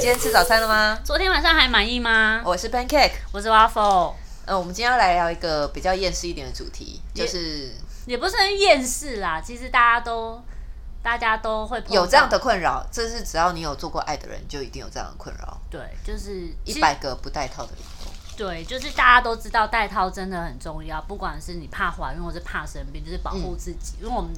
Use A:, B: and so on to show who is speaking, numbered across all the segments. A: 天吃早餐了吗？
B: 昨天晚上还满意吗？
A: 我是 Pancake，
B: 我是 Waffle，
A: 呃，我们今天要来聊一个比较厌世一点的主题，就是
B: 也不是很厌世啦。其实大家都大家都会碰到
A: 有这样的困扰，这是只要你有做过爱的人，就一定有这样的困扰。
B: 对，就是
A: 一百个不戴套的理由，
B: 对，就是大家都知道戴套真的很重要，不管是你怕怀孕或是怕生病，就是保护自
A: 嗯
B: 己，因为我们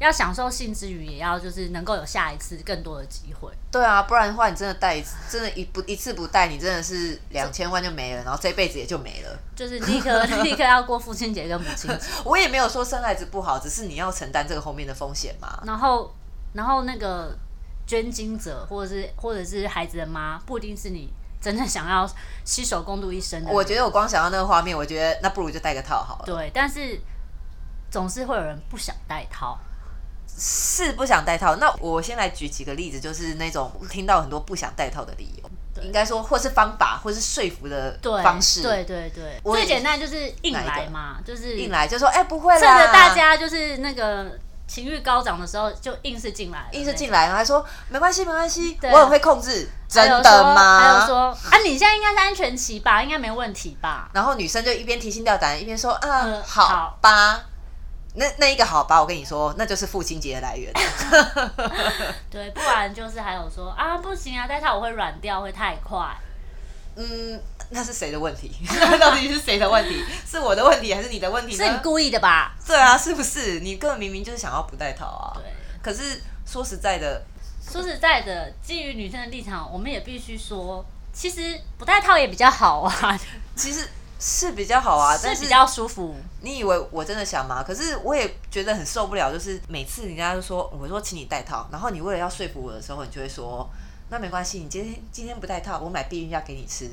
B: 要享受性之余，也要就是能够有下一次更多的机会。
A: 对啊，不然的话，你真的戴一次，真的一不一次不戴，你真的是两千万就没了，然后这辈子也就没了。
B: 就是 立刻立刻要过父亲节跟母亲节，
A: 我也没有说生孩子不好，只是你要承担这个后面的风险嘛。
B: 然后然后那个捐精者或者是或者是孩子的妈，不一定是你真的想要携手共度一生的人。
A: 我觉得我光想到那个画面，我觉得那不如就戴个套好了。
B: 对，但是总是会有人不想戴套。
A: 是不想戴套，那我先来举几个例子，就是那种听到很多不想戴套的理由，应该说或是方法，或是说服的
B: 对，
A: 方式。
B: 对对对，
A: 我也
B: 最简单就是硬
A: 哪一个
B: 来嘛，就是
A: 进来就说：“哎、不会啦。”
B: 趁着大家就是那个情欲高涨的时候，就硬是进来了，
A: 硬是进
B: 来。
A: 来，然后还说没关系，没关系，
B: 对啊
A: 我很会控制，
B: 还
A: 真的
B: 有说
A: 吗？
B: 还有说啊，你现在应该是安全期吧，应该没问题吧？
A: 然后女生就一边提心吊胆，一边说：“啊，
B: 嗯
A: 好
B: 好
A: 吧。”那那一个好吧，我跟你说，那就是父亲节的来 源。
B: 对，不然就是还有说啊，不行啊，戴套我会软掉，会太快。
A: 嗯，那是谁的问题？ 到底是谁的问题？是我的问题还是你的问题呢？
B: 是你故意的吧？
A: 对啊，是不是？你根本明明就是想要不戴套啊。
B: 对。
A: 可是说实在的，
B: 说实在的，基于女生的立场，我们也必须说，其实不戴套也比较好啊，
A: 其实是比较好啊，但
B: 是
A: 是
B: 比较舒服。
A: 你以为我真的想吗？可是我也觉得很受不了，就是每次人家就说，我说请你戴套，然后你为了要说服我的时候，你就会说，那没关系，你今天今天不戴套，我买避孕药给你吃。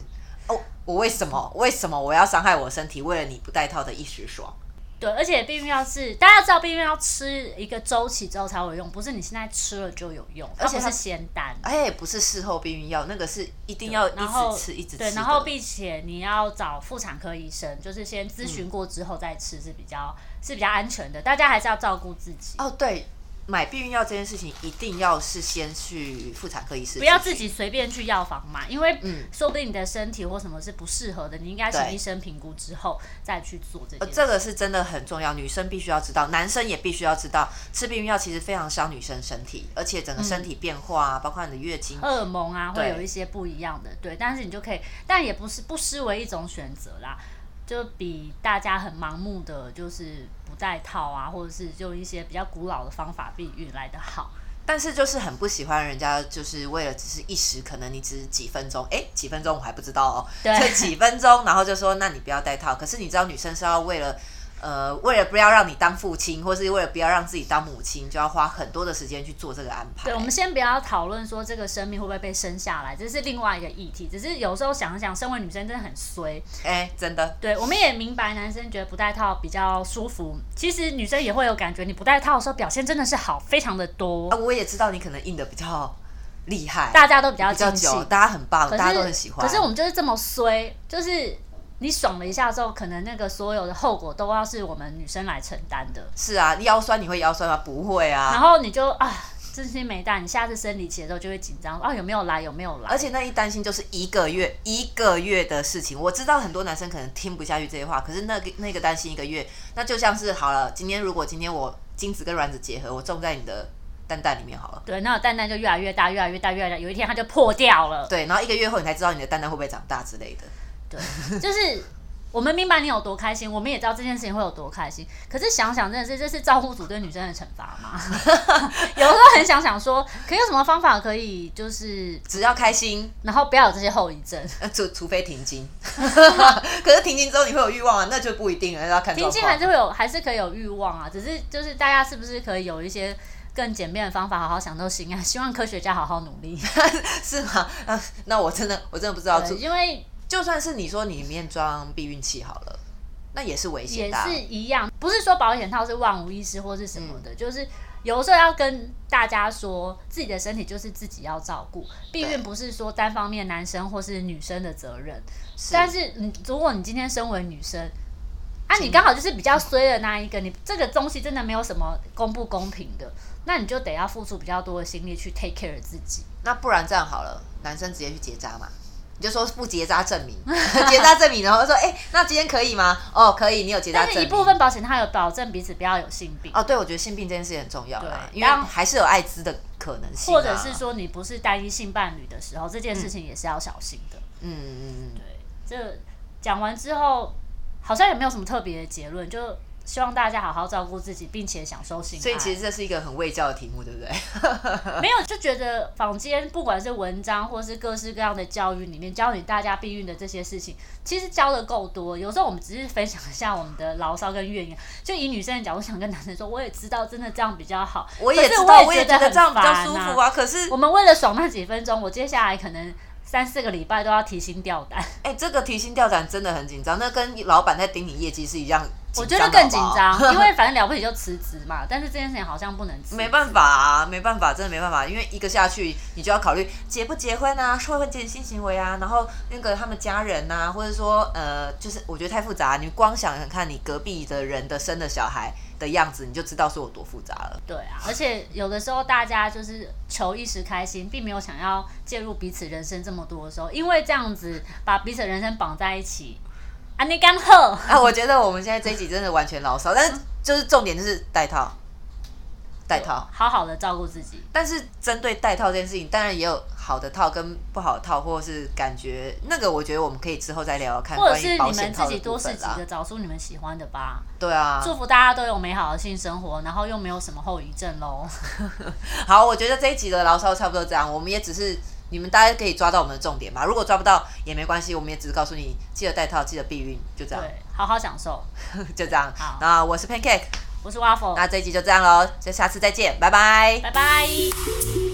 A: 哦，我为什么为什么我要伤害我的身体？为了你不戴套的一时爽，
B: 对，而且避孕药是大家知道，避孕药吃一个周期之后才会用，不是你现在吃了就有用，
A: 而
B: 它
A: 且
B: 不
A: 它
B: 是仙丹。
A: 哎，不是事后避孕药，那个是一定要一
B: 然后
A: 直吃一直吃的。
B: 对，然后并且你要找妇产科医生，就是先咨
A: 嗯
B: 询过之后再吃是比较、是比较安全的。大家还是要照顾自己，
A: 哦，对，买避孕药这件事情一定要是先去妇产科医师，
B: 不要自己随便去药房买，因为
A: 嗯
B: 说不定你的身体或什么是不适合的，你应该
A: 对
B: 请医生评估之后再去做这
A: 呃，
B: 件事。
A: 这个是真的很重要，女生必须要知道，男生也必须要知道，吃避孕药其实非常伤女生身体，而且整个
B: 嗯
A: 身体变化啊，包括你的月经。
B: 荷尔蒙啊，
A: 对
B: 会有一些不一样的，对，但是你就可以，但也不是不失为一种选择啦，就比大家很盲目的就是不戴套啊，或者是用一些比较古老的方法避孕来的好。
A: 但是就是很不喜欢人家，就是为了只是一时，可能你只是几分钟，诶，几分钟我还不知道哦，
B: 对
A: 就几分钟，然后就说那你不要戴套。可是你知道女生是要为了。呃，为了不要让你当父亲，或是为了不要让自己当母亲，就要花很多的时间去做这个安排。
B: 对，我们先不要讨论说这个生命会不会被生下来，这是另外一个议题。只是有时候想想，身为女生真的很衰。
A: 哎、真的，
B: 对，我们也明白男生觉得不戴套比较舒服，其实女生也会有感觉，你不戴套的时候表现真的是好，非常的多
A: 啊，，我也知道你可能硬的比较厉害，
B: 大家都比较
A: 比较
B: 尽
A: 久，
B: 兴。
A: 大家很棒，
B: 可
A: 大
B: 是
A: 家都很喜欢。
B: 可是我们就是这么衰，就是你爽了一下之后，可能那个所有的后果都要是我们女生来承担的。
A: 是啊，腰酸你会腰酸吗？不会
B: 然
A: 啊。
B: 后你就啊，这些没带，你下次生理期的时候就会紧张，啊有没有来，有没有来
A: 而。且那一担心就是一个月一个月的事情。我知道很多男生可能听不下去这些话，可是那个那个担心一个月，那就像是好了，今天如果今天我精子跟卵子结合，我种在你的蛋蛋里面好了。
B: 对，那个蛋蛋就越来越大，越来越大，越来越大，有一天它就破掉了。
A: 对，然后一个月后你才知道你的蛋蛋会不会长大之类的。
B: 对，就是我们明白你有多开心，我们也知道这件事情会有多开心。可是想想，真的是这是照顾组对女生的惩罚吗？ 有时候很想想说，可以有什么方法可以就是，
A: 只要开心，
B: 然后不要有这些后遗症。
A: 呃，除除非停经， 可是停经之后你会有欲望啊，那就不一定了，那要看
B: 停
A: 状
B: 经
A: 况
B: 还是会有，还是可以有欲望啊，只是就是大家是不是可以有一些更简便的方法，好好享受性爱？希望科学家好好努力。
A: 是吗？ 啊，那我真的我真的不知道，
B: 对因为
A: 就算是你说你里面装避孕器好了，那也是危险
B: 也
A: 的啊、
B: 是一样，不是说保险套是万无一失或是什么的，
A: 嗯
B: 就是有时候要跟大家说，自己的身体就是自己要照顾，避
A: 对
B: 孕不是说单方面男生或是女生的责任。但是你如果你今天身为女生，啊，你刚好就是比较衰的那一个，你这个东西真的没有什么公不公平的，那你就得要付出比较多的心力去 take care 自己。
A: 那不然这样好了，男生直接去结扎嘛，你就说不结扎证明， 结扎证明，然后说，哎、那今天可以吗？哦，可以，你有结扎
B: 但
A: 证
B: 是
A: 明。
B: 一部分保险它有保证彼此不要有性病，
A: 哦，对，我觉得性病这件事也很重要啦，
B: 对
A: 因为
B: 当
A: 还是有艾滋的可能性、啊，
B: 或者是，说你不是单一性伴侣的时候，这件事情也是要小心的。
A: 嗯嗯嗯，
B: 对，这讲完之后，好像也没有什么特别的结论，就希望大家好好照顾自己，并且享受性爱。
A: 所以其实这是一个很未教的题目，对不对？
B: 没有就觉得坊间不管是文章或是各式各样的教育里面教你大家避孕的这些事情，其实教的够多。有时候我们只是分享一下我们的牢骚跟怨言，就以女生的角度想跟男生说，我也知道真的这样比较好，
A: 我
B: 可
A: 也
B: 是
A: 知道，
B: 我
A: 我
B: 也
A: 也觉得
B: 很
A: 这样比较
B: 烦
A: 舒
B: 啊
A: 服啊。可是
B: 我，们为了爽那几分钟，我接下来可能三四个礼拜都要提心吊胆，
A: 哎、这个提心吊胆真的很紧张，那跟老板在盯你业绩是一样紧张的，
B: 我觉得更紧
A: 好不好
B: 张，因为反正了不起就辞职嘛。啊但是这件事情好像不能辞，
A: 没办法啊，没办法，真的没办法，因为一个下去，你就要考虑结不结婚啊，社会间性行为啊，然后那个他们家人呐、啊，或者说呃，就是我觉得太复杂，你光想想看你隔壁的人的生的小孩的样子，你就知道说有多复杂了。
B: 对啊，而且有的时候大家就是求一时开心，并没有想要介入彼此人生这么多的时候，因为这样子把彼此人生绑在一起，啊，你干喝，
A: 啊，我觉得我们现在这一集真的完全牢骚，但是就是重点就是戴套，戴套。
B: 好好的照顾自己。
A: 但是针对戴套这件事情，当然也有好的套跟不好的套，或者是感觉那个，我觉得我们可以之后再聊聊看
B: 或者
A: 关
B: 是
A: 于
B: 你
A: 保
B: 们
A: 险
B: 自
A: 套
B: 己
A: 的部
B: 多试
A: 分
B: 几
A: 啦
B: 个，。找出你们喜欢的吧。
A: 对啊，
B: 祝福大家都有美好的性生活，然后又没有什么后遗症喽。
A: 好，我觉得这一集的牢骚差不多这样，我们也只是你们大家可以抓到我们的重点嘛，如果抓不到也没关系，我们也只是告诉你记得戴套，记得避孕，就 这样，
B: 对，好好享受。
A: 就这样
B: 好。
A: 那我是 Pancake，
B: 我是 Waffle，
A: 那这一集就这样喽，就下次再见，拜拜。
B: 拜拜。